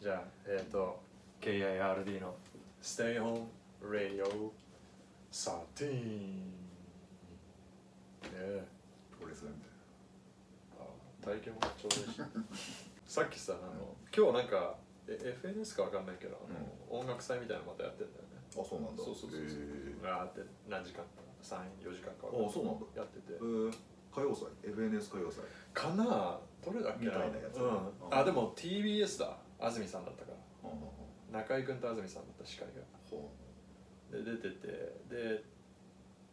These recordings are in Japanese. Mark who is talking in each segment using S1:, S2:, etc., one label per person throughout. S1: じゃあえっ、と KIRD の Stay Home Radio 13ねえ
S2: プロレスだみたい
S1: あ体験もちょうどいいしさっきさあの今日なんかえ FNS かわかんないけどあの、音楽祭みたいなのまたやってんだよね
S2: なあそうなんだ
S1: そうそうそうそう
S2: へえ
S1: あーって何時間か34時間かわかんない
S2: あそうなんだ
S1: やってて
S2: えー、歌謡祭 FNS 歌謡祭
S1: かなどれだっけ
S2: みたいなやつ
S1: うん
S2: うん
S1: あでも TBS だ安住さんだったから
S2: はあは
S1: 中居君と安住さんだった司会が
S2: あは
S1: で出ててで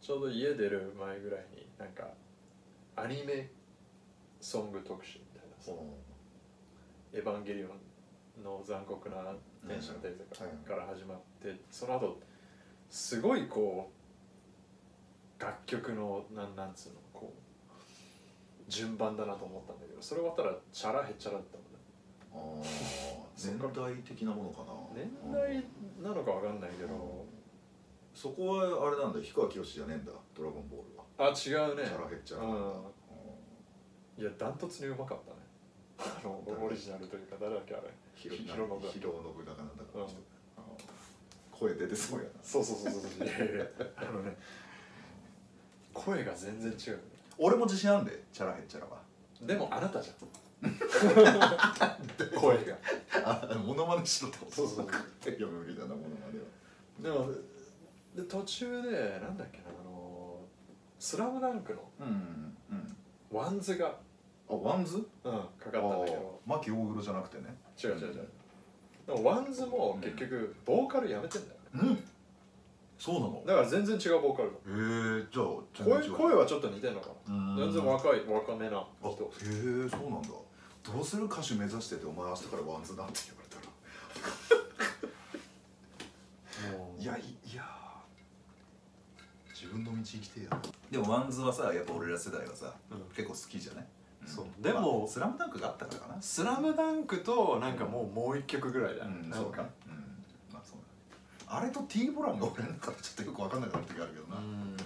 S1: ちょうど家出る前ぐらいになんかアニメソング特集みたいなさ
S2: あは
S1: 「エヴァンゲリオン」の残酷な天使のテーゼ
S2: うんはい
S1: から始まってその後すごいこう楽曲のなんなんつうのこう順番だなと思ったんだけどそれ終わったらチャラヘチャラだったもんね
S2: ああ年代的なものかな
S1: 年
S2: うん
S1: 代なのかわかんないけど
S2: そこはあれなんだ氷川きよしじゃねえんだ「ドラゴンボールは」
S1: あ違うね
S2: チャラヘッチャラなんだ、
S1: うん
S2: うん
S1: いやダントツにうまかったねあのオリジナルというか誰だっけあれ
S2: ひろ
S1: ひ
S2: ひ
S1: ろ
S2: ろ
S1: のぶ
S2: 信長なんだか
S1: うん
S2: ら、声出てそうやな
S1: そうそうそうそうそういやいやいやあのね声が全然違うよね
S2: 俺も自信あんでチャラヘッチャラは
S1: でもあなたじゃん 声が
S2: あ モノマネしろってこと
S1: そう そう
S2: いや無理だなモノマネは
S1: でもで途中でなんだっけなあの「スラムダンクの
S2: うんうん
S1: ワンズが、
S2: あワンズ
S1: うん、かかったんだけど
S2: あー牧大黒じゃなくてね
S1: 違う違う違うでもワンズも結局ボーカルやめてんだよね
S2: うんそうなの
S1: だから全然違うボーカルだ
S2: へえじゃあ全然
S1: 声
S2: 違う
S1: 声はちょっと似てんのかな
S2: うん
S1: 全然若い若めな
S2: あへ
S1: 人
S2: えそうなんだどうする歌手目指しててお前明日からワンズなんて言われたらいやいいやー自分の道行きてえやでもワンズはさやっぱ俺ら世代はさ、
S1: うん
S2: 結構好きじゃない
S1: そう
S2: うん
S1: でも
S2: まあスラムダンクがあったからかな
S1: スラムダンクとなんかもうもう一曲ぐらいだ、
S2: うん
S1: な
S2: そ
S1: ん
S2: う
S1: か
S2: かうんまあそうだねあれと T ボランが俺の中でちょっとよく分かんなくなる時あるけどな、
S1: うん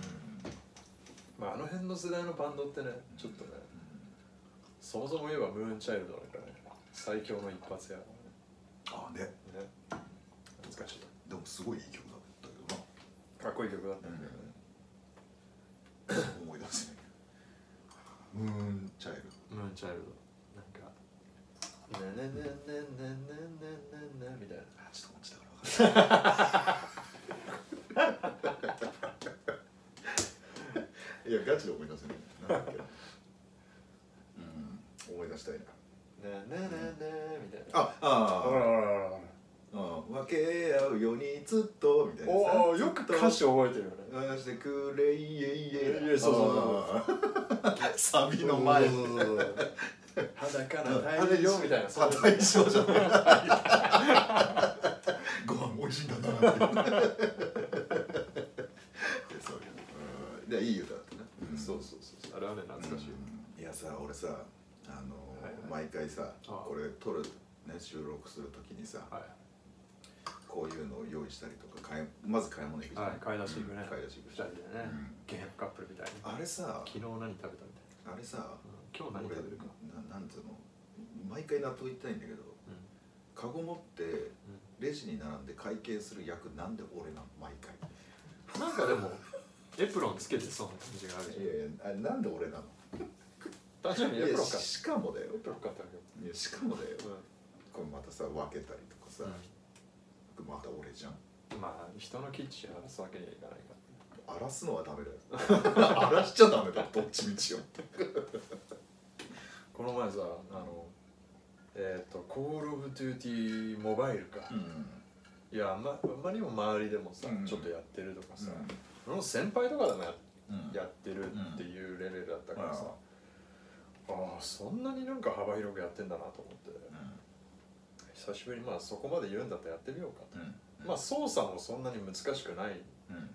S1: まああの辺の世代のバンドってねちょっとねそもそも言えばムーンチャイルドだからね最強の一発やから
S2: あね
S1: ねね懐かしい
S2: でもすごいいい曲だったけど
S1: かっこいい曲だったんだよね、
S2: な思い出せないけどムーンチャイル
S1: ムーンチャイルドなんか「ねねねねねねねねね」みたいな
S2: ドあちょっと落ちたから分かんないいやガチで思い出せないなんだっけなうん思い出したいな
S1: 「ねねねね」みたいな
S2: ああ
S1: ほらほらほらほら
S2: うん分け合うようにずっとみたいなさ
S1: おおよく歌詞覚えてるよね
S2: あしてくれいえいえ
S1: いえそうそう
S2: そうサビの前
S1: そうそうそうそう裸な
S2: あ
S1: 太
S2: れ
S1: 陽みたいなそう
S2: 肌一緒じゃない ご飯美味しいんだなっていやそうようんいやいい歌だったね
S1: そうそうそうあれはね懐かしいよ、
S2: うんいやさ俺さあのー
S1: はいはい
S2: 毎回さ
S1: ああ
S2: これ撮るね収録するときにさ
S1: はい
S2: こういうのを用意したりとか買いまず買い物行くじゃん、
S1: はい買い出し行くね
S2: うん買い出し行く
S1: 二
S2: じゃ
S1: 人
S2: ん
S1: でねゲームカップルみたいに
S2: あれさ
S1: 昨日何食べたみたいな
S2: あれさ
S1: 今日
S2: 俺
S1: 何食べるか
S2: ななんつうの毎回納得いったいんだけ
S1: う
S2: ど
S1: ん
S2: カゴ持ってレジに並んで会計する役なんで俺なの毎回
S1: うんなんかでもエプロンつけてそうな感じがあるし
S2: いやいやあなんで俺なの
S1: 誕生日エプロンか
S2: ししかもだよ
S1: エプロン買ったわけよ
S2: いやしかもだよ
S1: う
S2: これまたさ分けたりとかさ、また俺じゃん
S1: んまあ人のキッチン荒らすわけにはいかないから
S2: 荒らすのはダメだ よ荒らしちゃダメだよどっちみちを
S1: この前さあのえっとコール・オブ・デューティーモバイルか
S2: うん
S1: いやあんまあんまりも周りでもさ
S2: うん
S1: ちょっとやってるとかさ俺の先輩とかでもやっ
S2: うん
S1: やってるっていうレベルだったからさ、ああそんなになんか幅広くやってんだなと思って
S2: う
S1: 久しぶりにまあそこまで言うんだったらやってみようか
S2: ん
S1: と、まあ操作もそんなに難しくない
S2: うん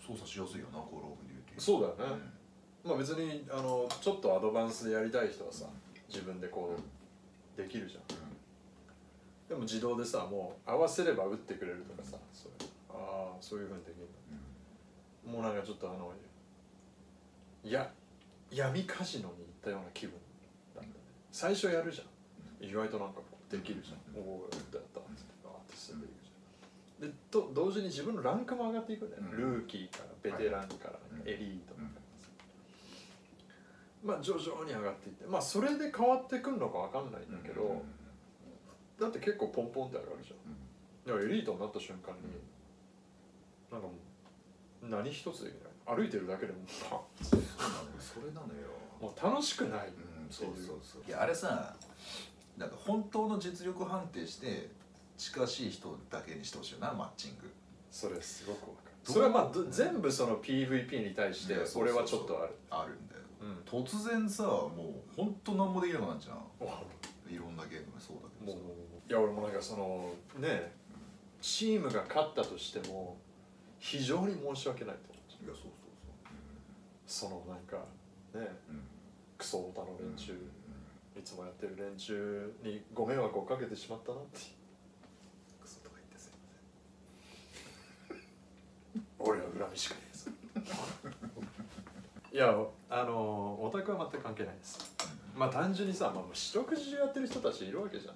S2: 操作しやすいよなコールオブデューティー
S1: そうだよ
S2: う
S1: ね、
S2: ん
S1: まあ別にあのちょっとアドバンスでやりたい人はさ自分でこうできるじゃんでも自動でさもう合わせれば打ってくれるとかさそういうああそういうふうにできる
S2: う
S1: ん
S2: ん
S1: だもうなんかちょっとあのいや闇カジノに行ったような気分だったね最初やるじゃん意外となんかこうできるじゃん、おおやったやったっつってバーって進んでいくじゃんでと同時に自分のランクも上がっていくんだよね、
S2: うん
S1: ルーキーからベテランから
S2: うん
S1: エリートみたいなさ、まあ徐々に上がっていってまあそれで変わってくるのかわかんないんだけど、
S2: うん
S1: だって結構ポンポンって上がるじゃんでもエリートになった瞬間に、なんかもう何一つできない歩いてるだけでもパン
S2: それなのよ、
S1: もう 楽しくない、
S2: うん、そうそうそういやあれさなんか本当の実力判定して近しい人だけにしてほしいよなマッチング
S1: それすごくわかる
S2: どう
S1: それはまあど全部その PVP に対して
S2: いやそうそう
S1: 俺
S2: そう
S1: はちょっとある
S2: あるんだよ
S1: うん
S2: 突然さもう本当何もできなくなっちゃ
S1: わか
S2: ういろんなゲームもそうだ
S1: る
S2: けど
S1: も
S2: さ
S1: ういや俺もなんかそのねえチームが勝ったとしても非常に申し訳ないと思っちゃう
S2: いやそうそう
S1: そのなんかねえ
S2: そううん
S1: クソオタの連中
S2: うん
S1: いつもやってる連中にご迷惑をかけてしまったなって
S2: クソとか言ってすいません
S1: 俺は恨みしかねえぞ いやあのオタクは全く関係ないですまあ単純にさ、まあ、四六時中やってる人たちいるわけじゃん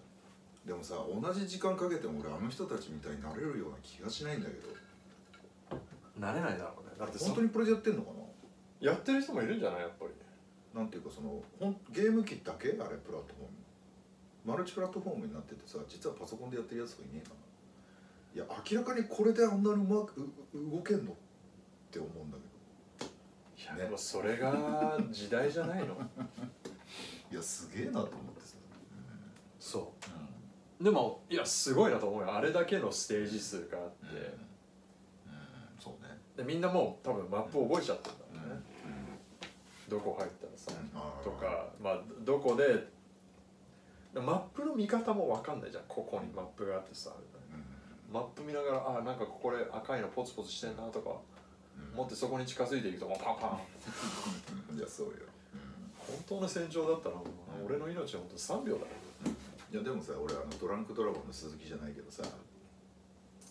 S2: でもさ同じ時間かけても俺あの人たちみたいになれるような気がしないんだけど
S1: なれないだろうねだってそ
S2: 本当にプレゼやってんのか
S1: やってる人もいるんじゃないやっぱり
S2: ななんていうかそのほんゲーム機だけあれプラットフォームマルチプラットフォームになっててさ実はパソコンでやってるやつがいねえかないや明らかにこれであんなにうまくうう動けんのって思うんだけ
S1: いや
S2: ね
S1: でもそれが時代じゃないの
S2: どいやすげえなと思ってさ、
S1: そ
S2: うん
S1: うでもいやすごいなと思うよあれだけのステージ数があって、
S2: うんそうね
S1: でみんなもう多分マップ覚えちゃってんだろうね、
S2: う
S1: どこ入ったらさ、
S2: んあー
S1: とかまあどこででマップの見方も分かんないじゃんここにマップがあってさ
S2: うん
S1: マップ見ながらあなんかここで赤いのポツポツしてんなとか
S2: うん
S1: 思ってそこに近づいていくともうパンパン
S2: いやそうよ、
S1: 本当の戦場だったらもう俺の命は本当3秒だよ
S2: いやでもさ俺あのドランクドラゴンの鈴木じゃないけどさ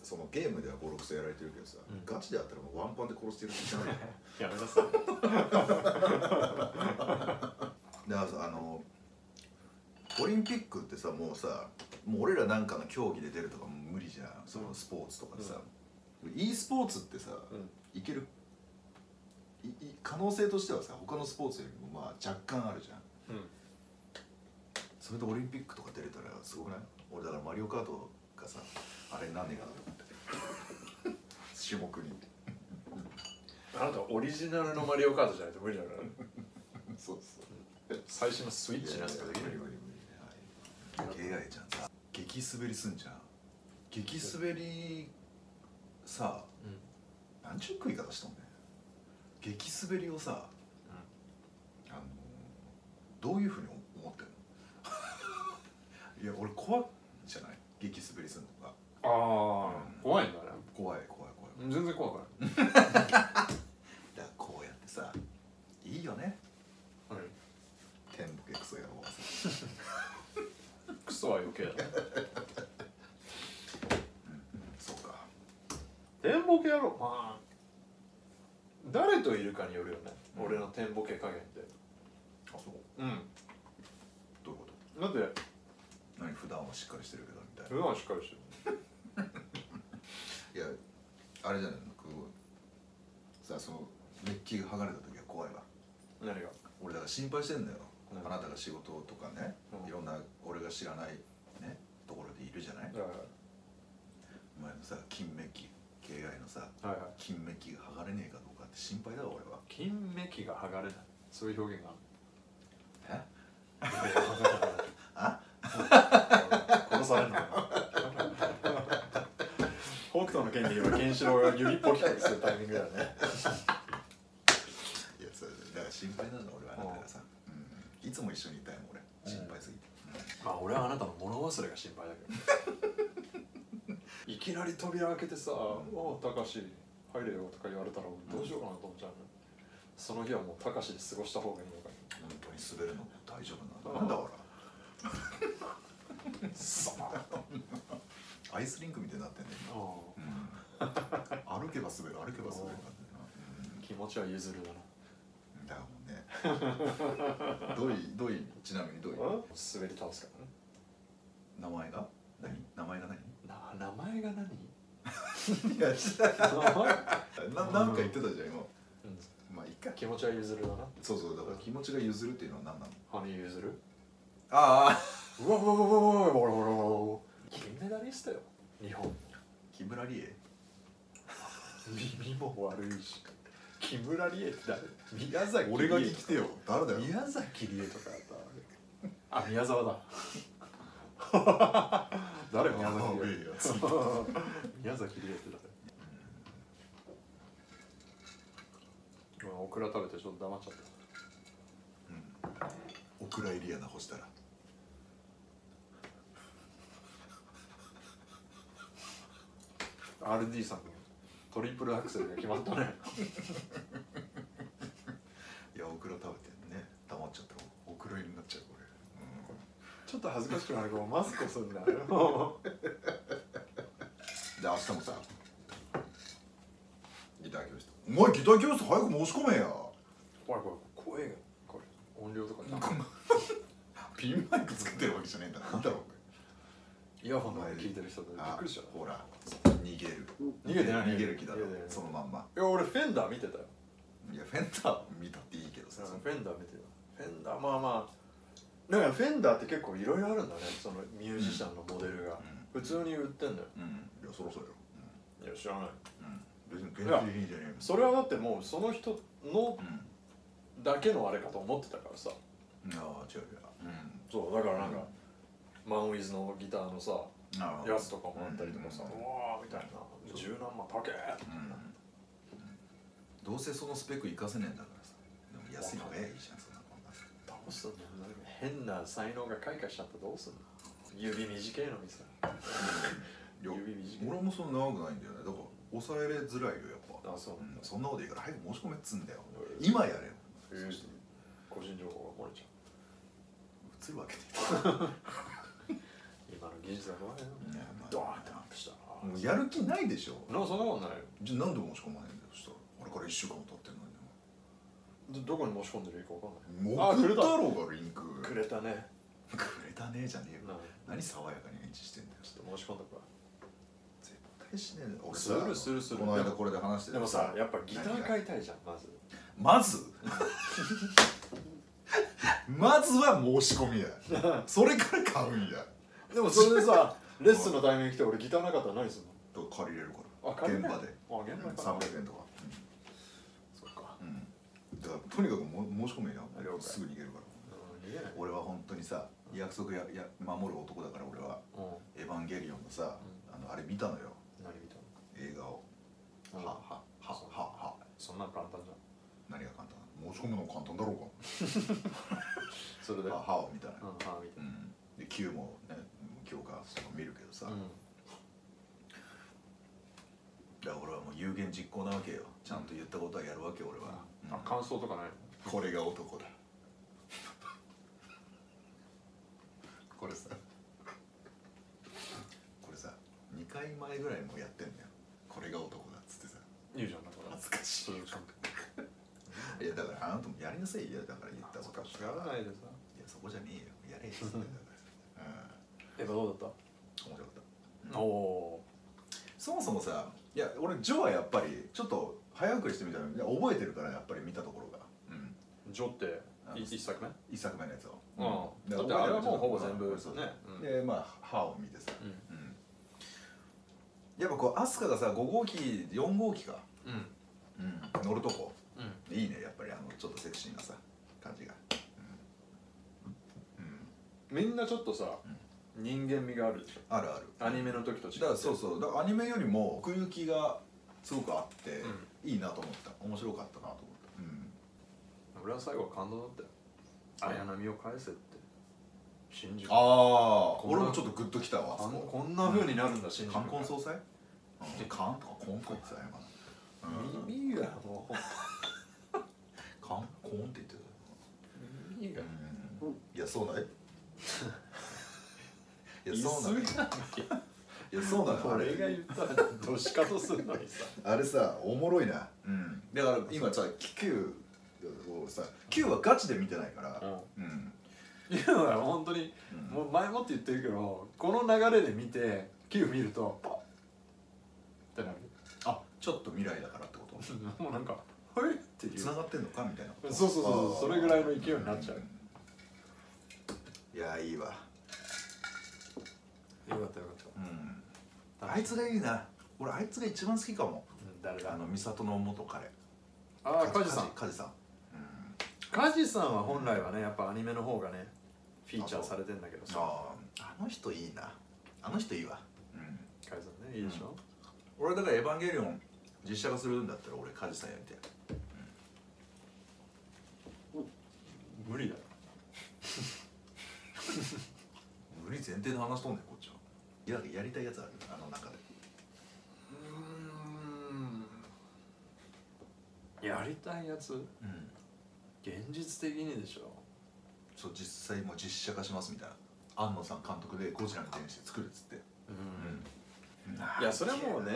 S2: そのゲームでは56歳やられてるけどさ、
S1: うん
S2: ガチであったらもうワンパンで殺してる人いない
S1: やめなさい
S2: だからさあのオリンピックってさもうさもう俺らなんかの競技で出るとかもう無理じゃんそのスポーツとかでさ、e スポーツってさ、
S1: うん
S2: いけるいい可能性としてはさ他のスポーツよりもまあ若干あるじゃん
S1: う
S2: それでオリンピックとか出れたらすごくない俺だからマリオカートがさあれになんねえかなと思って 種目に
S1: ん、あなたオリジナルのマリオカートじゃないと無理だから
S2: そうそう
S1: 最新のスイッチなんかでき
S2: 無理
S1: る
S2: 無理無理無理はい AI ちゃんさ激滑りすんじゃん激滑りさ何ちゅう食い方しとんねん激滑りをさ、あのどういうふうに思ってんの いや俺怖いじゃない激滑りすんのが
S1: ああ怖いんだね
S2: 怖い怖い怖い
S1: 全然怖くない
S2: だからこうやってさいいよね天ボケクソ野郎はさ
S1: クソは余計だ
S2: そうか
S1: 天ボケ野郎まあ誰といるかによるよね、
S2: うん
S1: 俺の天ボケ加減って
S2: あそう
S1: うん
S2: どういうこ
S1: だって
S2: と何普段はしっかりしてるけどみたい
S1: 普段はしっかりして
S2: ないやあれじゃないのこうさそのメッキが剥がれた時は怖いわ
S1: る何が
S2: 俺だから心配してんだよ、
S1: うん
S2: あなたが仕事とかね、
S1: うん
S2: いろんな俺が知らないねところでいるじゃない、
S1: はい
S2: お前のさ金メッキ KI のさ
S1: はいはい
S2: 金メッキが剥がれねえかどうかって心配だわ俺は
S1: 金メッキが剥がれないそういう表現が
S2: え
S1: ある殺されるのかな北斗の剣で言えばケンシロウが指ポキポキするタイミングだよね
S2: いやそうだから心配なの俺はあなたがさ、うん、いつも一緒にいたいもん俺心配すぎて、
S1: まあ俺はあなたの物忘れが心配だけどいきなり扉開けてさ「おうたかし入れよ」とか言われたら俺どうしようかなと思っちゃうの、その日はもうたかしで過ごした方がいいのかな
S2: 本当に滑るのも大丈夫
S1: あ
S2: な
S1: あ
S2: んだなんだほ
S1: さあ
S2: らアイスリンクみたいになってんね、
S1: あ
S2: うん、歩けば滑る歩けば滑るなんて
S1: あ
S2: な、
S1: 気持ちは譲るだな
S2: うん、だもんねどういうどういう意味ちなみにどういう意味
S1: 滑り倒すからね
S2: 名前が何名前が何
S1: な名前が何
S2: いやちょっ
S1: 名前
S2: とななんか言ってたじゃん今
S1: うん
S2: まあいっか
S1: 気持ちは譲るだな
S2: そうそうだから気持ちが譲るっていうのは何なの
S1: 羽生譲る
S2: ああ
S1: うわうわうわうわうわうわうわうわうわ金メダリストよ日本
S2: 木村理恵
S1: 耳も悪いし木村理恵って誰宮崎
S2: 俺が
S1: 理
S2: 聞
S1: 恵
S2: きてよ誰だよ
S1: 宮崎理恵とかだったあ宮沢だ 誰宮
S2: あ
S1: 崎
S2: の
S1: 理
S2: い
S1: 恵
S2: や
S1: 宮崎理恵って誰うんオクラ食べてちょっと黙っちゃった
S2: オクラ入りやなほしたら
S1: うん RD さんのトリプルアクセルが決まったね
S2: いやオクラ食べてね黙っちゃったオクラ入りになっちゃうこれ、
S1: ちょっと恥ずかしくなるからマスクすん なよ
S2: うん、で明日もさギター教室お前ギター教室早く申し込めや
S1: おいこれ声がこれ音量とかちゃんと
S2: ピンマイクつけてるわけじゃねえんだななんだろうこ
S1: イヤホンの前で聞いてる人でび
S2: れ
S1: っくりしちゃう
S2: ほら逃げる
S1: 逃げてない
S2: 逃げる気だろ
S1: 逃げてない
S2: そのまんま
S1: いや俺フェンダー見てたよ
S2: いやフェンダー見たっていいけどさ、
S1: フェンダー見てたフェンダーまあまあだからフェンダーって結構いろいろあるんだねそのミュージシャンのモデルが、普通に売ってんだよ
S2: うん、いやそろそろやろ
S1: いや知らない
S2: うん、うん、別に限定品じゃねえよ
S1: それはだってもうその人の
S2: うん
S1: だけのあれかと思ってたからさ
S2: ああ違う違ううん
S1: そうだからなんか、マンウィズのギターのさ
S2: なるほど
S1: やつとかもあったりとかさ、う
S2: うん
S1: わーみたいな十何万高え
S2: うんどうせそのスペック活かせねえんだからさでも安いのがいいじゃんそんなこんなさ
S1: どうすんのなんか変な才能が開花しちゃったらどうすんの指短いのにさ
S2: いや
S1: 指短い
S2: 俺もそんな長くないんだよねだから抑えれづらいよやっぱ
S1: あそう
S2: う
S1: なん
S2: ん
S1: だ、
S2: そんなこといいから早く申し込めっつんだよ
S1: うん
S2: 今やれよ
S1: えー個人情報が漏れちゃ
S2: 映るわけね
S1: う今の技術が怖いよ
S2: え ねえ
S1: ド
S2: ま
S1: ーン
S2: あ
S1: ってアップした
S2: もうやる気ないでしょ
S1: ななそんなことないよ
S2: じゃあなんで申し込まないんだよそしたらあれから1週間も経ってんのに
S1: どどこに申し込んでるかわかんない
S2: もう送った
S1: あ
S2: ろうがリンク
S1: くれたね
S2: くれたねえじゃねえよ
S1: なあ
S2: 何爽やかに返事してんだよ
S1: ちょっと申し込んだか
S2: 絶対しねえよ俺
S1: するするする
S2: この間これで話して
S1: でもさやっぱギター買
S2: い
S1: いたいじゃんまず
S2: まずまずは申し込みやそれから買うんや
S1: でもそれで さレッスンのタイミング来て俺ギターなかったら何すん
S2: と借りれるか
S1: のあ
S2: ら
S1: 借り
S2: 現
S1: れる
S2: 場で
S1: のあ現場か
S2: 300円とか
S1: そっか
S2: うん、うんだからとにかくも申し込めや
S1: 了解
S2: すぐ逃げるから
S1: うん逃げない
S2: 俺は本当にさ約束やや守る男だから俺は
S1: うん
S2: 「エヴァンゲリオン」のさ、あのあれ見たのよ
S1: 何見たの
S2: 映画を
S1: う
S2: は
S1: ん
S2: はははは
S1: そんなん簡単じゃん
S2: 何が簡単申し込むの簡単だろう
S1: それで
S2: かははを見たのよ
S1: うん歯みたい
S2: うんで Q もね強化とか見るけどさ、
S1: な
S2: だから俺はもう有言実行なわけよちゃんと言ったことはやるわけ俺は、うん
S1: あ感想とかない
S2: これが男だこれさこれさ2回前ぐらいもやってんだよこれが男だっつってさ
S1: 言うじゃんだから
S2: 恥ずかし
S1: それをちゃんと
S2: いいやだからあなたもやりなさいいやだから言ったことは
S1: やらないでさ
S2: いやそこじゃねえよやれよっつってんだからさ
S1: えどうだっ
S2: うん面白かった
S1: たおお
S2: そもそもさいや俺ジョーはやっぱりちょっと早送りしてみたらいや覚えてるからやっぱり見たところが、うん、
S1: ージョって
S2: あの
S1: い一作目
S2: 一作目のやつを、
S1: うんだ
S2: か
S1: っ
S2: ら
S1: てあれは
S2: 覚えてる
S1: もうほぼ全部
S2: そう
S1: ねうん
S2: でまあ歯を見てさ、
S1: うん
S2: うんやっぱこう飛鳥がさ5号機4号機か、
S1: うん
S2: うん、乗るとこ
S1: うん
S2: いいねやっぱりあのちょっとセクシーなさ感じがうん、うん
S1: みんなちょっとさ人間味があるでしょ
S2: あるある
S1: アニメの時と違って
S2: だからそうそうだからアニメよりも奥行きがすごくあって、
S1: う
S2: いいなと思った面白かったなと思った、うん
S1: 俺は最後は感動だったよ綾波を返せって信じる
S2: ああ
S1: こんな
S2: 俺もちょっとグッときたわあそ
S1: こん
S2: こ
S1: こんな風になるんだ信じる
S2: 冠婚葬祭うん冠とか婚婚祭かなうん
S1: 耳がもう
S2: 冠婚って言って
S1: 耳が
S2: たよいやそう だいいやそう
S1: 言
S2: だよ
S1: い過ぎなんだよ
S2: いやそうだよあ
S1: 俺が
S2: れ
S1: 言ったら どしかとするのにさ
S2: あれさおもろいなうんだから今さ Q をさ Q はガチで見てないから
S1: うん
S2: うん
S1: いうのは本当に
S2: うん
S1: もう前もって言ってるけどこの流れで見て Q 見るとパッってなる
S2: あちょっと未来だからってこと
S1: もうなんか「はい」っていう
S2: つながってんのかみたいなこと
S1: そうそうそうそうそれぐらいの勢いになっちゃう、
S2: いやいいわ
S1: よかったよかっ
S2: うんあいつがいいな俺あいつが一番好きかも
S1: うん誰だ
S2: あの美里の元彼
S1: ああカジさん
S2: カジさん
S1: カジさんは本来はねやっぱアニメの方がねフィーチャーされてんだけどさ
S2: あああの人いいなあの人いいわうん
S1: カジさんねいいでしょ、
S2: 俺だから「エヴァンゲリオン」実写化するんだったら俺カジさんやりたい
S1: 無理だよ
S2: 無理前提で話しとんねんこっちはいややりたいやつあるあの中で
S1: やりたいやつ
S2: うん
S1: 現実的にでしょ
S2: そう実際もう実写化しますみたいな庵野さん監督でゴジラみたいにして作るっつって
S1: う
S2: うんない
S1: やそれはもうね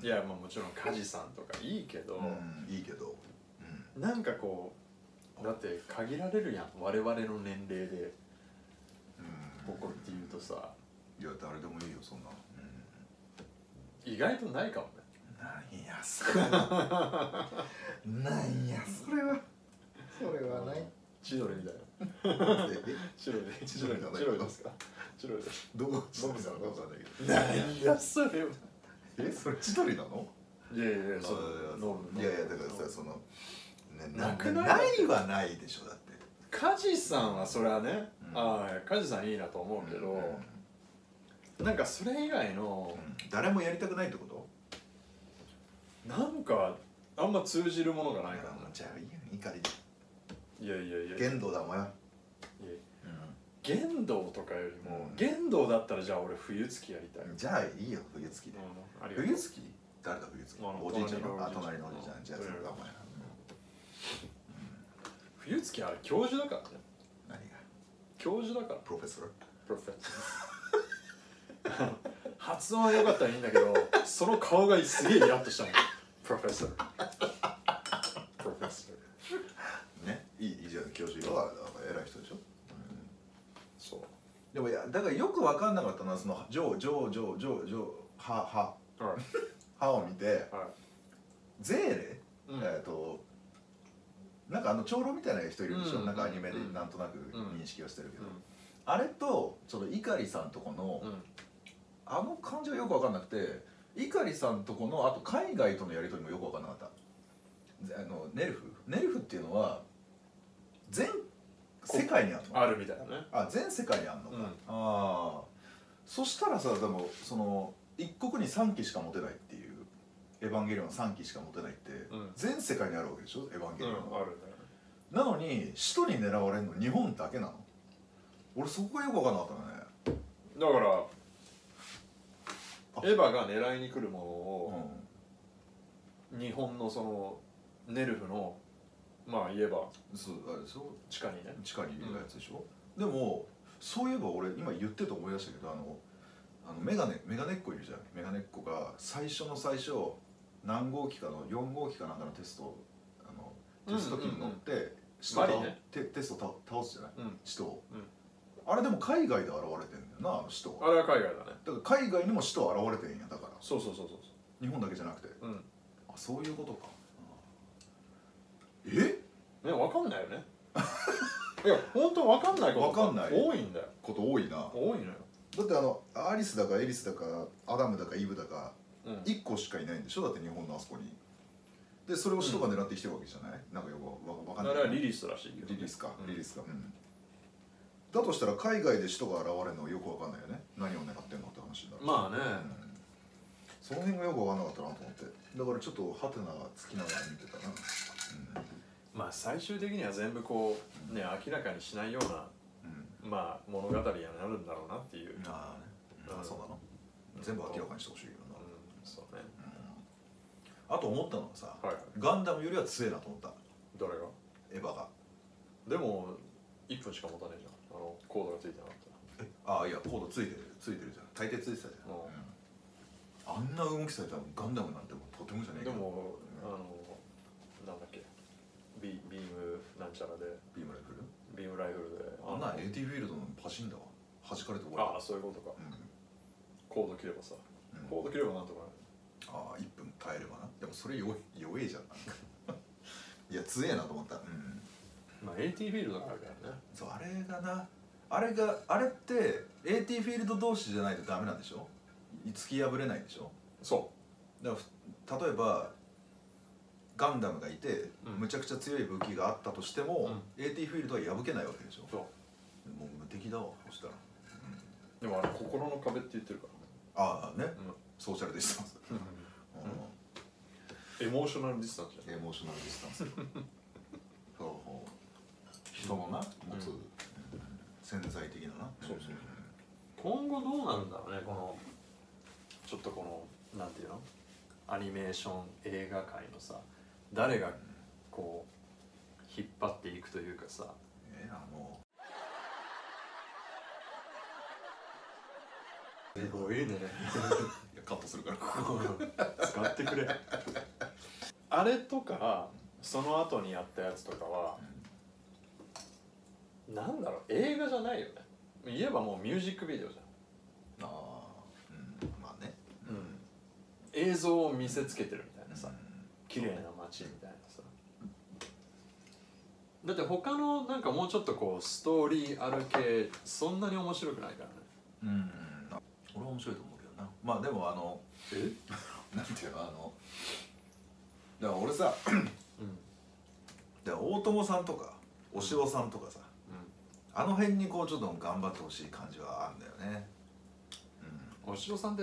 S2: うん
S1: いやまあもちろんカジさんとかいいけど、
S2: うんいいけどうん
S1: なんかこうだって限られるやん我々の年齢でここっていうとさ
S2: いや誰でもいいよそんな、
S1: 意外とないかもね
S2: なんやそれ はなんやそれはそれはない
S1: 千鳥みたいな白 いで
S2: 千鳥じゃない
S1: 白いですか白いです
S2: どう
S1: ノブさん
S2: ノブさんだけど
S1: 何やそれ
S2: えそれ千鳥なの
S1: いやいやいやそ
S2: あ
S1: の
S2: いやいやだからさその、ね、
S1: な
S2: な
S1: く
S2: く
S1: ない
S2: ないはないでしょだって
S1: カジさんはそれはね、
S2: うん
S1: ああカジさんいいなと思うけど、なんかそれ以外の
S2: うん誰もやりたくないってこと
S1: なんかあんま通じるものがないか
S2: あ
S1: ら
S2: のじゃあいいやん怒り
S1: いやいやいやいや
S2: 剣道だもんよ、
S1: 剣道とかよりも、
S2: うん
S1: 剣道だったらじゃあ俺冬月やりたい、
S2: じゃあいいよ冬月で、
S1: うんありがとう
S2: 冬月誰だ冬月
S1: あの
S2: おじいちゃん
S1: 隣の
S2: の
S1: お
S2: あ
S1: じいちゃん
S2: 隣のおじいちゃんじゃあそれだお前
S1: 冬月は教授だからね
S2: 何が
S1: 教授だから
S2: プロフェッサー
S1: プロフェッサー発音は良かったらいいんだけどその顔がすげえイラッとしたのプロフェッサープロフェッサー
S2: ねいいいいじゃん教授よ偉い人でしょ、
S1: そう
S2: でもいやだからよく分かんなかったなその「ジョージョージョージョージョーはは
S1: はい
S2: は」を見て
S1: はい
S2: 「ゼーレ」
S1: うん
S2: えっとなんかあの長老みたいな人いるでしょ、
S1: うん
S2: なんかアニメで
S1: うん
S2: なんとなく
S1: ん
S2: 認識をしてるけど、あれとその碇さんとこの、
S1: うんうん
S2: あの感じがよく分かんなくて碇さんとこのあと海外とのやり取りもよく分かんなかったぜあのネルフネルフっていうのは全世界にあるの
S1: あるみたいなね
S2: あ全世界にあるのか、
S1: うん
S2: ああそしたらさでもその一国に3機しか持てないっていう「エヴァンゲリオン」3機しか持てないって、
S1: うん
S2: 全世界にあるわけでしょ「エヴァンゲ
S1: うん
S2: リオン
S1: あ
S2: は」
S1: るね
S2: なのに首都に狙われるの日本だけなの俺そこがよく分かんなかったのね
S1: だから
S2: あ
S1: エヴァが狙いに来るもの
S2: う
S1: を、
S2: ん
S1: 日本のそのネルフのまあ言えば
S2: そうあれでしょ
S1: 地下にね
S2: 地下にいるやつでしょ、でもそういえば俺今言ってて思い出したけどあのあのメガネメガネっ子いるじゃんメガネっ子が最初の最初何号機かの4号機かなんかのテストあのテスト機に乗って、使
S1: マリね
S2: テテストを倒倒すじゃ
S1: う
S2: ない
S1: ん
S2: 使徒を、
S1: うん
S2: あれでも海外で現れてんだよなあの使徒
S1: あれは海外だね
S2: だから海外にも使徒現れてんやだから
S1: そうそうそうそう
S2: 日本だけじゃなくて
S1: そううん
S2: あそういうことかえ
S1: ねわかんないよね いや本当わかんないこと
S2: わかんない
S1: 多いんだよ
S2: こと多いな
S1: 多いのよ
S2: だってあのアリスだかエリスだかアダムだかイブだか
S1: うん
S2: 1個しかいないんでしょだって日本のあそこにでそれを人が狙ってきてるわけじゃない、なんかよくわわかんない
S1: あれはリリスらしいけどね
S2: リリースか、
S1: うん
S2: リリースかうんだとしたら海外で人が現れるのはよくわかんないよね何を狙ってんのって話になる、
S1: まあね
S2: うんその辺がよくわかんなかったなと思ってだからちょっとハテナがつきながら見てたな
S1: まあ最終的には全部こうね明らかにしないような
S2: うん、うん
S1: まあ物語にはなるんだろうなっていううん
S2: ああね、
S1: うん
S2: あそうなの、全部明らかにしてほしいよな、
S1: そうね
S2: あと思ったのがさ、
S1: はい
S2: ガンダムよりは強いなと思った
S1: どれが
S2: エヴァが
S1: でも1分しか持たねえじゃんあのコードがついてなかっ
S2: えああいやコードついてるついてるじゃん大抵ついてたじゃ
S1: うん
S2: ん、あんな動きされたらガンダムなんてもうとてもじゃね
S1: たで
S2: えか
S1: もあのなんだっけビビームなんちゃらで
S2: ビームライフル
S1: ビビームライフルで
S2: あんなん AT フィールドのパシンだわ弾かれて終わ
S1: ああそういうことか
S2: り
S1: コード切ればさ
S2: うんうん
S1: コード切ればなんとかなる
S2: ああ1分耐えればなでもそれ弱い弱えじゃんなんか いや強えなと思った、うん、
S1: まあ AT フィールドがあるからね
S2: そうあれがなあれがあれって AT フィールド同士じゃないとダメなんでしょい突き破れないでしょ
S1: そ
S2: だからふ例えばガンダムがいて、
S1: うん
S2: むちゃくちゃ強い武器があったとしても、AT フィールドは破けないわけでしょ
S1: うそ
S2: もう無敵だわそしたら
S1: うでもあれ心の壁って言ってるか
S2: ああね、
S1: ん
S2: ソーシャルディスタンス、
S1: らねエモーショナルディスタンスじゃ
S2: うんエモーショナルディスタン スそうそう人のな持つ、
S1: うん
S2: 潜在的なな
S1: そうそう今後どうなるんだろうねこのちょっとこのなんていうのアニメーション映画界のさ誰がこう引っ張っていくというかさ
S2: えあの
S1: すごいね
S2: いやカットす るから
S1: 使ってくれあれとかその後にやったやつとかはなんだろう映画じゃないよね言えばもうミュージックビデオじ
S2: ああうんまあね
S1: ゃん、映像を見せつけてるみたいなさ、
S2: う
S1: 綺麗な街みたいなさだって他のなんかもうちょっとこうストーリーある系そんなに面白くないからね
S2: ん、うん、俺は面白いと思うけどなまあでもあの
S1: え
S2: なんていうのあのだから俺さ
S1: うん
S2: だから大友さんとか押尾さんとかさあの辺にこうちょっと頑張ってほしい感じはあるんだよねうん
S1: うんお城さんって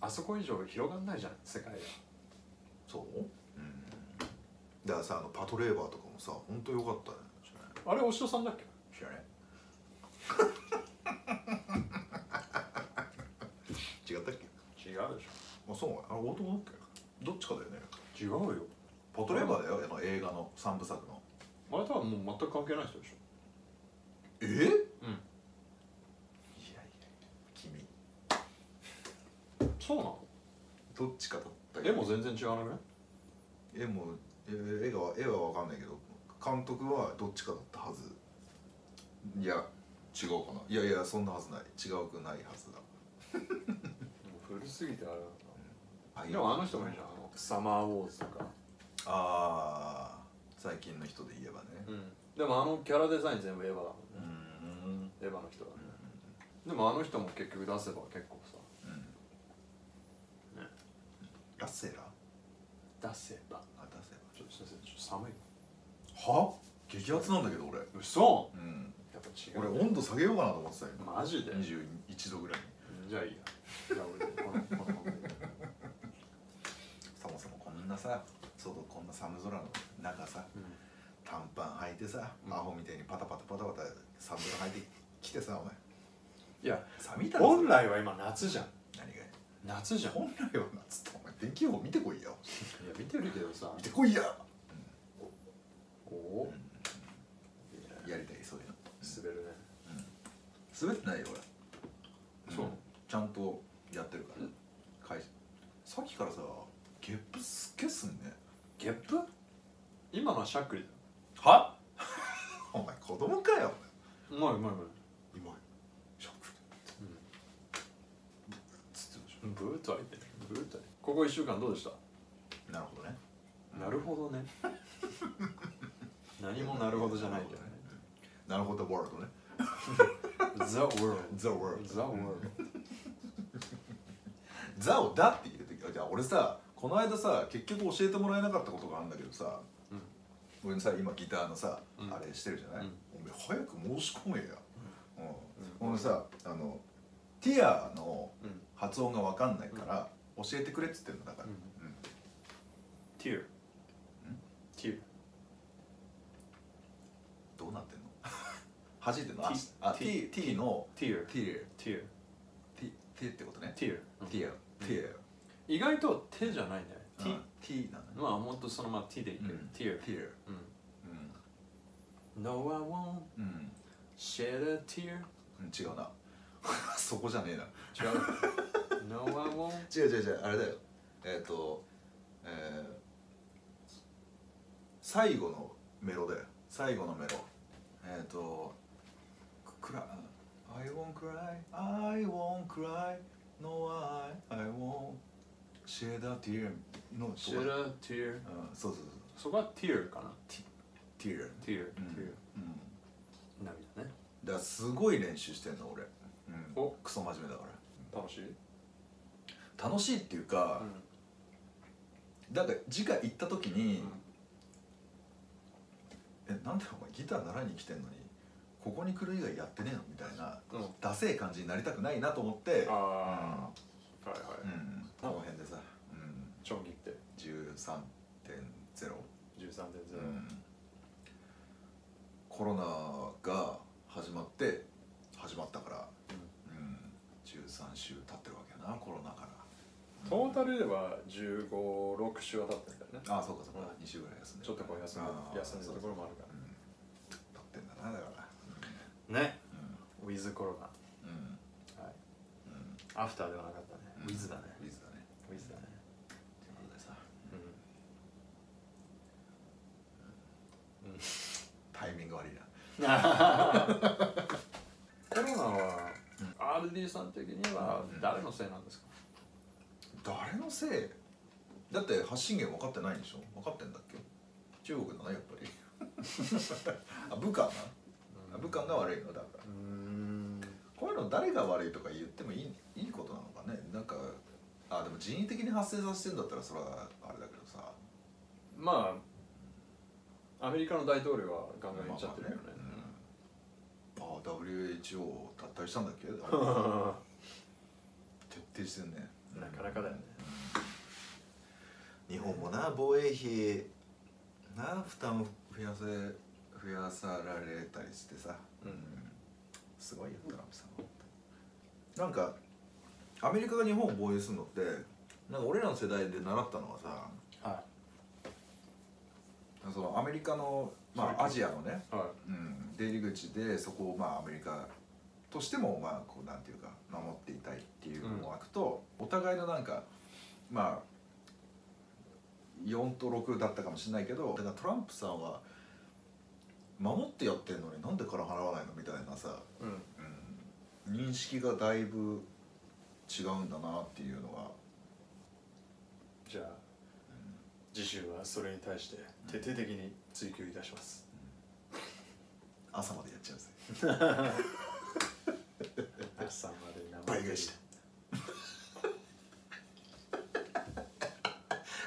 S1: あそこ以上広がんないじゃん世界が
S2: そううんだからさあのパトレーバーとかもさほんとよかったね知らない
S1: あれお城さんだっけ
S2: 知らない 違ったっけ
S1: 違うでし
S2: あそうあれ大友だっけどっちかだよね
S1: ょ違うよ
S2: パトレーバーだよあの映画の三部作の
S1: あれとはもう全く関係ない人でしょ
S2: えいやいやいや君
S1: そうなの
S2: どっちかだった
S1: 絵も全然違わなくない
S2: 絵もえー絵が絵は分かんないけど監督はどっちかだったはずいや違うかないやいやそんなはずない違うくないはずだ
S1: 古すぎてあれだ
S2: あ
S1: でもあの人もいいじゃんあのサマーウォーズとか
S2: あー最近の人で言えばね
S1: うんでもあのキャラデザイン全部エヴァだもん
S2: う
S1: ね
S2: ーん
S1: エヴァの人だねでもあの人も結局出せば結構さ
S2: うん
S1: ね
S2: ラッセラ
S1: 出せば
S2: あ出せ
S1: ちょっと先生ちょっと寒い
S2: ばは激アツなんだけど俺
S1: 嘘
S2: うん
S1: やっぱ違
S2: 俺
S1: う、
S2: 温度下げようかなと思ってたよ
S1: マジで、
S2: 21度ぐらいに
S1: じゃあいいやじゃあ俺このこのままで
S2: そもそもこんなさ外こんな寒空の中さ
S1: うん
S2: 短パン履いてさ、
S1: うん
S2: アホみたいにパタパタパタパタサンダル履いてきてさお前
S1: いや
S2: 寒いだろ
S1: 本来は今夏じゃん
S2: それ何がや
S1: 夏じゃんい
S2: 本来は夏ってお前天気予報見てこいや
S1: や見てるけどさ
S2: 見てこいや
S1: おおいや
S2: やりたいそういうの
S1: 滑るね
S2: 滑ってないよ俺
S1: そう
S2: ちゃんとやってるから、会社さっきからさゲップすっげえすんね
S1: ゲップ今のはしゃっくりだよ
S2: は お前子供かよ
S1: うまいうまいうまい
S2: 今ショックつってたでし
S1: うんブーとはいってるブーとはいってるここ1週間どうでした
S2: ょなるほどね
S1: なるほど ね何もなるほどじゃないけどね
S2: なるほどワールドね
S1: The world
S2: The world
S1: The world
S2: ザオだって言う時じゃあ俺さこの間さ結局教えてもらえなかったことがあるんだけどさ、俺さ今ギターのさ、
S1: うん
S2: あれしてるじゃない、
S1: うん
S2: おめえ早く申し込めや、うん俺さあのティアの
S1: うん
S2: 発音が分かんないから、教えてくれっつってんのだから、
S1: うん
S2: うん
S1: ティーティー
S2: どうなってんの 弾いてんのあ
S1: T
S2: あ
S1: T
S2: T, T の
S1: ティー
S2: ティ
S1: ティー
S2: T, T ってことね
S1: ティー
S2: ティアティ
S1: 意外と手じゃないんだよ
S2: ア
S1: ティ
S2: うん T なんだね
S1: まあもっとそのままティーでいける
S2: うん
S1: ティー
S2: ティア
S1: うん
S2: うん、
S1: No I won't
S2: うん、
S1: shed a tear
S2: うん違うな そこじゃねえな
S1: 違う No I won't
S2: 違う違う違うあれだよえっ、とえー、最後のメロだよ最後のメロええっ、とくら I won't cry I won't cry No I I won't shed a tear の
S3: シェ
S2: とこ
S3: ラティア
S2: うんそうそうそう
S3: そこはティアかな
S2: tear
S3: ティア
S2: うん
S3: ティ
S2: う
S3: ア
S2: ん
S3: 涙ね
S2: だからすごい練習してんの俺、うん、
S1: お
S2: クソ真面目だか
S1: 楽しい
S2: ら楽しいっていうか、だから次回行った時に、えなんでお前ギター習いに来てんのにここに来る以外やってねえのみたいな
S1: うん
S2: ダセえ感じになりたくないなと思って
S1: ああはいはい
S2: うんこの辺でさ、うん、
S1: チョンギって
S2: 13.0、う
S1: 13.0
S2: ん、コロナが始まって始まったから、うん、13週経ってるわけやなコロナから。
S1: トータルでは1516週は経ってんだよね
S2: ああそうかそうか、
S1: う
S2: 二週ぐらい休んで
S1: ちょっとこう休ん
S2: ああ
S1: で休んでたところもあるから
S2: うん取ってんだなだから
S3: ね
S2: う
S3: ウィズコロ
S2: んうん
S3: ナはい
S2: うん
S3: アフターではなかったね
S2: うん
S3: ウィズだね
S2: ウィズだね
S3: ウィズだね
S2: ということでさタイミング悪いな
S1: コロナは RD さん的には誰のせいなんですか
S2: 誰のせいだって発信源分かってないんでしょ分かってんだっけ中国だなやっぱり あ武漢なあ武漢が悪いのだから
S3: うん
S2: こういうの誰が悪いとか言ってもいいいいことなのかねなんかあでも人為的に発生させてんだったらそれはあれだけどさ
S1: まあアメリカの大統領はガンガン言っちゃってるよね
S2: まあまあねうん、ああ WHO 脱退したんだっけ 徹底してるね
S1: なかなかだよね
S2: 日本もな防衛費な負担を増やせ増やさられたりしてさ、
S1: うん
S2: すごいよトランプさんはなんかアメリカが日本を防衛するのってなんか俺らの世代で習ったのはさ
S3: は
S2: そのアメリカの、まあ、アジアのね、
S1: は
S2: うん、出入り口でそこをまあアメリカとしてもまあこうなんていうか守っていたいっていう思惑と、お互いのなんかまあ4と6だったかもしれないけどだからトランプさんは守ってやってんのになんでから払わないのみたいなさ、
S1: いうん
S2: うん、認識がだいぶ違うんだなっていうのが
S1: じゃあ次週はそれに対して徹底的に追及いたします
S2: 朝までやっちゃうぜ
S1: 朝まで生
S2: 倍返 して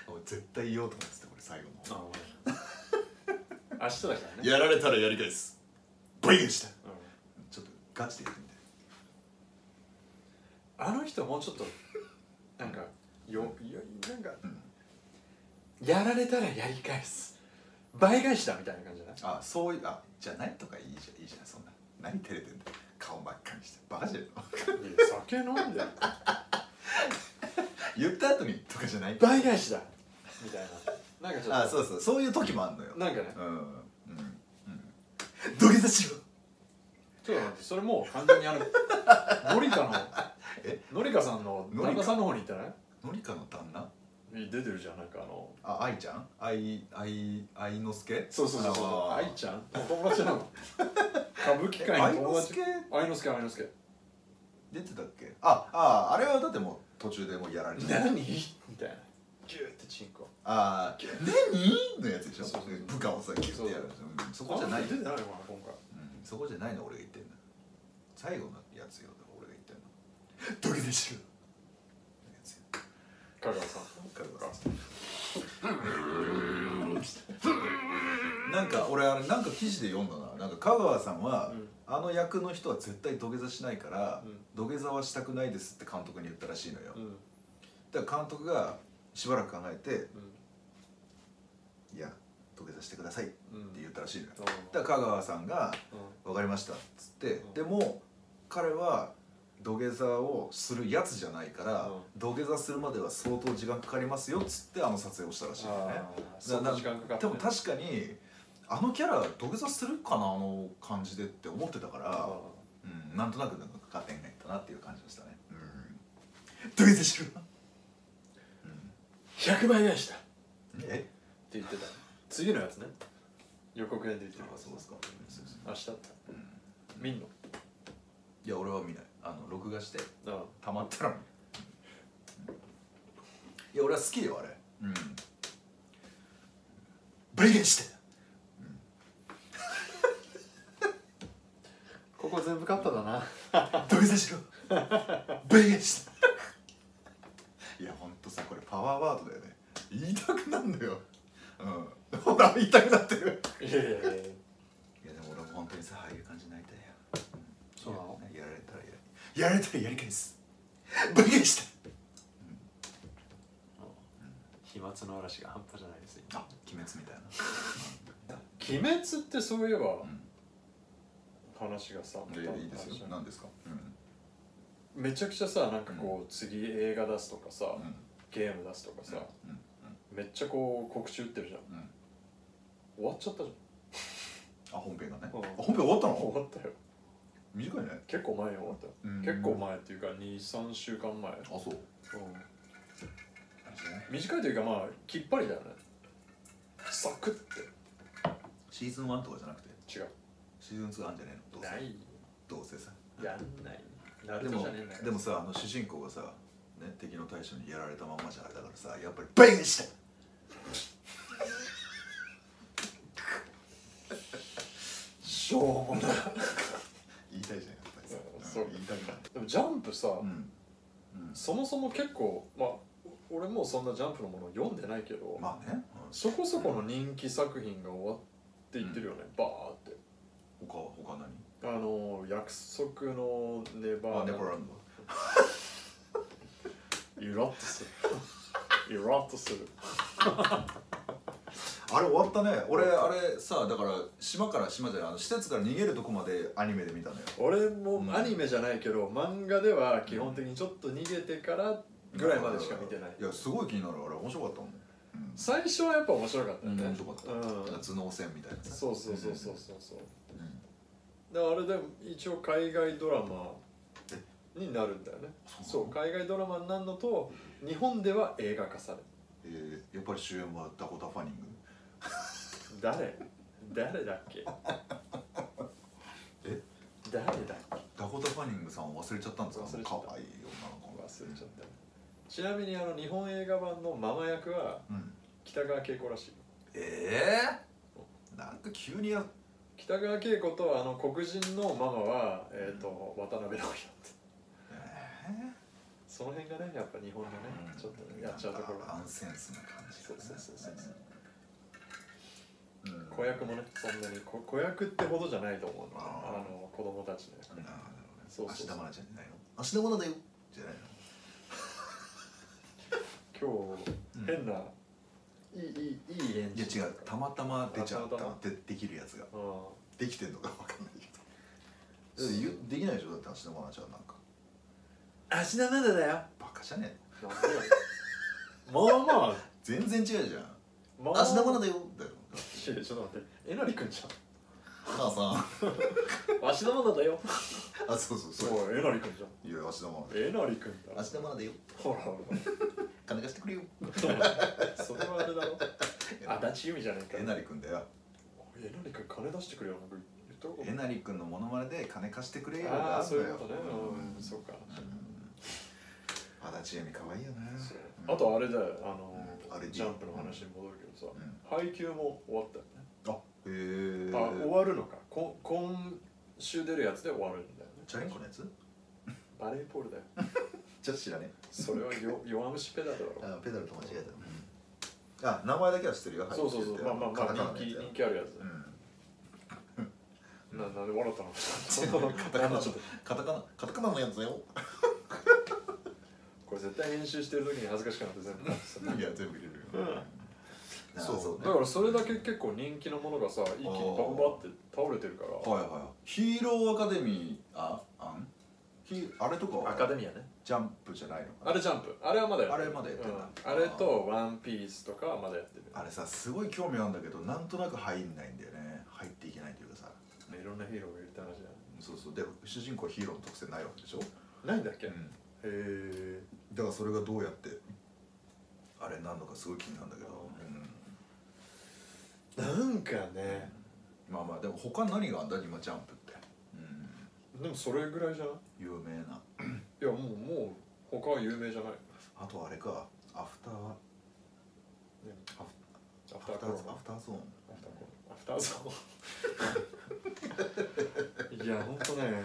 S2: 俺絶対言おうと思ってたこれ最後の
S1: あお前明日だからね
S2: やられたらやり返す倍返した
S1: うん
S2: ちょっとガチでやってみて
S1: あの人もうちょっとなんかよよなんか、
S2: うん
S1: やられたらやり返す倍返しだみたいな感じじゃない
S2: あそういうあじゃないとかいいじゃんいいじゃんそんな何照れてんだよ顔真っ赤にしてバカじゃ ん
S1: いや酒飲んで
S2: 言った後にとかじゃない
S1: 倍返しだみたいななんかちょっと
S2: あそうそうそういう時もあんのよ
S1: なんかね
S2: うんうんうん土下座しよう
S1: ちょっと待ってそれもう完全にあののりか
S2: え
S1: ののりかさんの
S2: のりか
S1: 旦那さんの方に行ってない
S2: のりかの旦那
S1: 出てるじゃんなんかあの
S2: あ愛ちゃん愛愛愛之助
S1: そうそうそうそう
S2: あー
S1: 愛ちゃんお友達なの歌舞伎界
S2: 愛
S1: の友
S2: 之
S1: 達
S2: 助
S1: 愛之助愛之助
S2: 出てたっけあああれはだってもう途中でもうやられちゃう
S1: 何みたいなギューってチンコ
S2: ああ何のやつでしょ
S1: そうそう
S2: 部下をさ切ってやるでしょうんそこじゃな
S1: あ
S2: いよ
S1: 出てないのかな今回
S2: うんそこじゃないの俺が言ってんの最後のやつよ俺が言ってんの土下座しろのやつよ
S1: 香川さん
S2: わかるわなんか俺あれなんか記事で読んだななんか香川さんは、
S1: うん
S2: あの役の人は絶対土下座しないから、
S1: うん
S2: 土下座はしたくないですって監督に言ったらしいのよ、
S1: うん
S2: だから監督がしばらく考えて
S1: うん
S2: 「いや土下座してください」って
S1: うん
S2: 言ったらしいのよ、
S1: うん
S2: だから香川さんが
S1: う
S2: 「分かりました」っつって、
S1: うん
S2: でも彼は土下座をするやつじゃないか
S1: う
S2: ら、
S1: ん
S2: 土下座するまでは相当時間かかりますよっつってあの撮影をしたらしいのよね
S1: あー相当時間かかった
S2: で
S1: ね
S2: も確かにあのキャラ土下座するかなあの感じでって思ってたから、うん、なんとなくなんか加点がいったなっていう感じでしたね、うん、土下座しろ
S1: 100倍返しだって
S2: え
S1: 言ってた次のやつね予告編で言ってる
S2: あそうですかそうです
S1: 明日だった見んの
S2: いや俺は見ないあの録画して
S1: あ
S2: たまったらいや俺は好きよあれうんブレインして
S3: ここ全部カットだな
S2: 土下座しろブレインしていやほんとさこれパワーワードだよね言いたくなんだようんほら言いたくなってる
S1: あいやいやいや
S2: いやでも俺も本当にさああいう感じになりたいよ
S3: そうなの
S2: やられたらやりやられたらやり返すブレインして
S3: 飛沫の嵐が半端じゃないです今
S2: あ鬼滅みたいな
S1: 鬼滅ってそういえば
S2: うん
S1: 話がさまた
S2: いやいいですよ
S1: 話が
S2: 何ですかうん
S1: めちゃくちゃさなんかこう次映画出すとかさ
S2: うん
S1: ゲーム出すとかさ
S2: うん
S1: めっちゃこう告知打ってるじゃん
S2: うんうん
S1: 終わっちゃったじ
S2: あ本編がね、
S1: うん
S2: あ本編終わった
S1: ゃん 終
S2: の
S1: わったよ
S2: 短いね
S1: 結構前に終わったよ
S2: うん
S1: 結構前っていうか23週間前
S2: あそう
S1: 短いというかまあきっぱりだよねサクッ
S2: シーズン1とかじゃなくて
S1: て違う
S2: シーズン2あんじゃねえのどうせ
S1: い
S2: どうせさ
S1: やんないな
S2: で
S1: る
S2: も
S1: じゃねえんだから
S2: でもさあの主人公がさ、ね、敵の大将にやられたまんまじゃあれだからさやっぱりバインした
S1: しょうもない
S2: 言いたいじゃんやっぱりさ、
S1: うんそうん
S2: 言いたくなる
S1: でもジャンプさ、
S2: うん、うん、
S1: そもそも結構まあお俺もうそんなジャンプのもの読んでないけど、
S2: まあね、
S1: そこそこの人気作品が終わっていってるよね、バーって
S2: うん、他は他何
S1: あのー約束のネ
S2: あ
S1: バー
S2: ネバーランド
S1: イラッとする イラッとする
S2: あれ終わったね俺あれさだから島から島じゃないあの施設から逃げるとこまでアニメで見たのよ
S1: 俺もアニメじゃないけど漫画では基本的にちょっと逃げてからぐらいまでしか見てない
S2: いやすごい気になるあれ面白かったもん、うん
S1: 最初はやっぱ面白かったよね、
S2: 面白かった、
S1: うん
S2: なんか頭脳戦みたいなさ
S1: そうそうそうそうそうそう
S2: うん
S1: だからあれでも一応海外ドラマになるんだよねそう海外ドラマになるのと日本では映画化される
S2: えーやっぱり主演はダコタ・ファニング
S1: 誰誰だっ け
S2: え
S1: 誰だっけ
S2: ダコタ・ファニングさんを忘れちゃったんですか
S1: 忘れちゃった
S2: 可愛い女
S1: 忘
S2: の子
S1: れちゃったちなみにあの日本映画版のママ役は
S2: うん
S1: 北川景子らしいよ
S2: ええー、なんか急にや
S1: 北川景子とあの黒人のママは、えー、と渡辺直美だって
S2: え
S1: その辺がねやっぱ日本のね
S2: ー
S1: ちょっとねやっちゃうところ
S2: なん
S1: が
S2: かアンセンスな感じ
S1: そうそうそうそう
S2: うん
S1: 子役もねそんなにこ子役ってほどじゃないと思うの
S2: あー
S1: あの子供たちの役
S2: あなるほどね
S1: そうそうそう
S2: 芦田愛菜ちゃんじゃないの芦田愛菜だよじゃないの
S1: 今
S2: うん
S1: 日変な、いいいいいい演
S2: い
S1: じ
S2: や違うたまたま出ちゃった
S1: たまたま
S2: でできるやつが
S1: うん
S2: できてんのかわかんないけどだってゆできないでしょだって芦田愛菜ちゃんなんか
S1: 芦田愛菜だよ
S2: バカじゃねえの
S1: なんでよまあまあ
S2: 全然違うじゃん
S1: まあ
S2: 芦田愛菜だよだよ
S1: いやちょっと待ってえなりくんじゃ
S2: 母さ
S1: ん芦田愛菜だよ
S2: んあそうそう
S1: そ
S2: そう
S1: うえなりくんじゃん
S2: いや芦田愛菜
S1: えなりくんだ
S2: 芦田愛菜だよ
S1: ほらほ
S2: 金貸してくれよ
S1: らそれはあれだろ足立由美じゃねえか
S2: えなりくんだよ
S1: えなりくん金出してくれよなんか言ったこと
S2: えなりくんのモノマネで金貸してくれよ
S1: ああ
S2: が
S1: そういうことね
S2: あるんだよ
S1: うんそうか
S2: うん足立恵美可愛いよね
S1: そう
S2: うん
S1: あとあれだよあの
S2: うんあれ
S1: ジャンプの話に戻るけどさ
S2: うん
S1: 配給も終わったよね
S2: あへえ
S1: あ終わるのかこ今週出るやつで終わるんだよね
S2: チャリンコのやつ
S1: バレーボールだよ
S2: ちょっと知らねえ
S1: それはよ弱虫ペダルだろ
S2: あペダルと間違えた、あ名前だけは知ってるよ
S1: そうそうそうまあまあまあ人気人気あるやつ
S2: う
S1: だよ
S2: ん
S1: ななんで笑ったのそんなの
S2: カタカナ
S1: ちょっと
S2: カタカナカタカナのやつだよ
S1: これ絶対編集してる時に恥ずかしくなって全部カットする
S2: いや全部入れるよ、
S1: うん
S2: そう
S1: そう
S2: ね
S1: だからそれだけ結構人気のものがさ一気にバンバンって倒れてるから
S2: はいはいヒーローアカデミーああんヒあれとかは
S1: アカデミアね
S2: ジャンプじゃないのかな
S1: あれジャンプあれはまだやってる
S2: あれまだやってんだ
S1: うんあれとワンピースとかはまだやってる
S2: あれさすごい興味あるんだけどなんとなく入んないんだよね入っていけないというかさ
S1: ねいろんなヒーローがいるって話じ
S2: そうそうで主人公はヒーローの特性ないわけでしょ、
S1: ゃないんだっけ、へ
S2: ん
S1: え
S2: だからそれがどうやってあれになんのかすごい気になるんだけど、
S1: なんかね
S2: まあまあでも他何があんだ今ジャンプって、うん、
S1: でもそれぐらいじゃない
S2: 有名ない
S1: やもうもう他は有名じゃない
S2: あとあれかアフター
S1: ね
S2: アフ
S1: アフ
S2: ア
S1: ター
S2: フ
S1: コロ
S2: タ
S1: ナ
S2: ーアフターゾーン
S1: アフターコロナアフターゾ ーンいやほんとね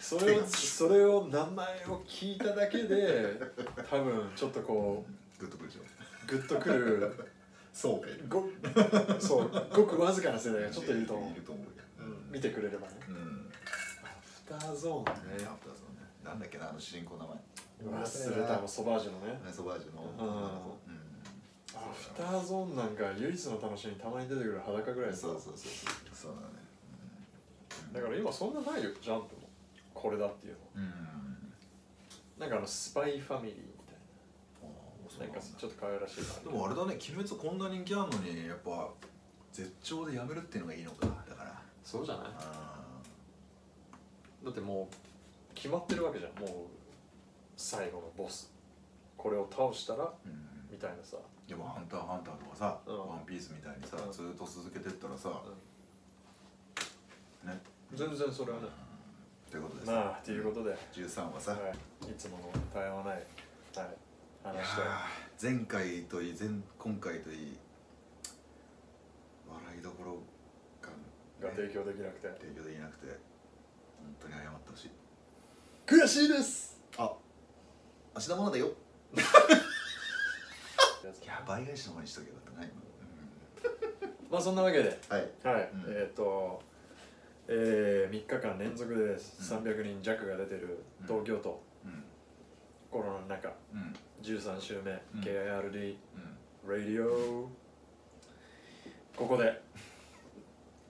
S1: それをそれを名前を聞いただけで多分ちょっとこ
S2: グッとくるでしょ
S1: うグッとくる
S2: そうか
S1: ご そうごくわずかな世代がちょっといると思う
S2: いると思うよ
S1: 見てくれればね
S2: うん、うん
S1: アフターゾーン
S2: ね、
S1: ね
S2: アフターゾーンねなんだっけなあの主人公の名前
S1: 忘れたもうソバージュのね
S2: ねソバージュの、
S1: う
S2: う
S1: アフターゾーンなんか唯一の楽しみにたまに出てくる裸ぐらい
S2: ん、
S1: で
S2: そうそうそうそうそうだね
S1: だから今そんなないよジャンプもこれだっていうの
S2: うん、
S1: なんかあのスパイファミリーみたい
S2: あーそう
S1: ななん
S2: だ
S1: かちょっと可愛らしい
S2: で
S1: 感
S2: もあれだね鬼滅こんな人気あんのにやっぱ絶頂でやめるっていうのがいいのかだから
S3: そうじゃない
S2: あ
S3: だっても
S1: じ決まってるわけじゃんもう最後のボスこれを倒したら
S2: ーうん
S1: みたいなさ、
S2: でも「ハンターハンター」とかさ「
S1: うん
S2: ワンピースみたいにさ
S1: うん
S2: ずっと続けてったらさね
S1: 全然それはね
S2: ということです
S1: まあということで、は
S2: 13話さ
S1: い、いつもの絶え間ない、はい、
S2: いや
S1: 話で
S2: ー前回といい前今回といい笑いどころが
S1: が
S2: ね
S1: 提供できなくて
S2: 提供できなくて本当に謝ってほしい
S1: 悔しいです
S2: あ足のものだよ
S1: やつ
S2: いや倍返しの方にしとけばよかったな今
S1: まあそんなわけで
S2: はい
S1: はい、
S2: うん
S1: えっ、と、えー、3日間連続で300人弱が出てる
S2: うん
S1: 東京都、
S2: うん
S1: コロナの中
S2: うん
S1: 13週目、
S2: うん
S1: KIRD
S2: うん
S1: ラディオここで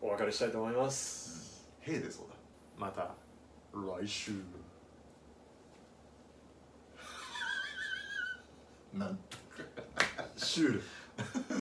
S1: お別れしたいと思います、
S2: へえでそうだ
S3: うまた来週
S2: なん
S3: シュール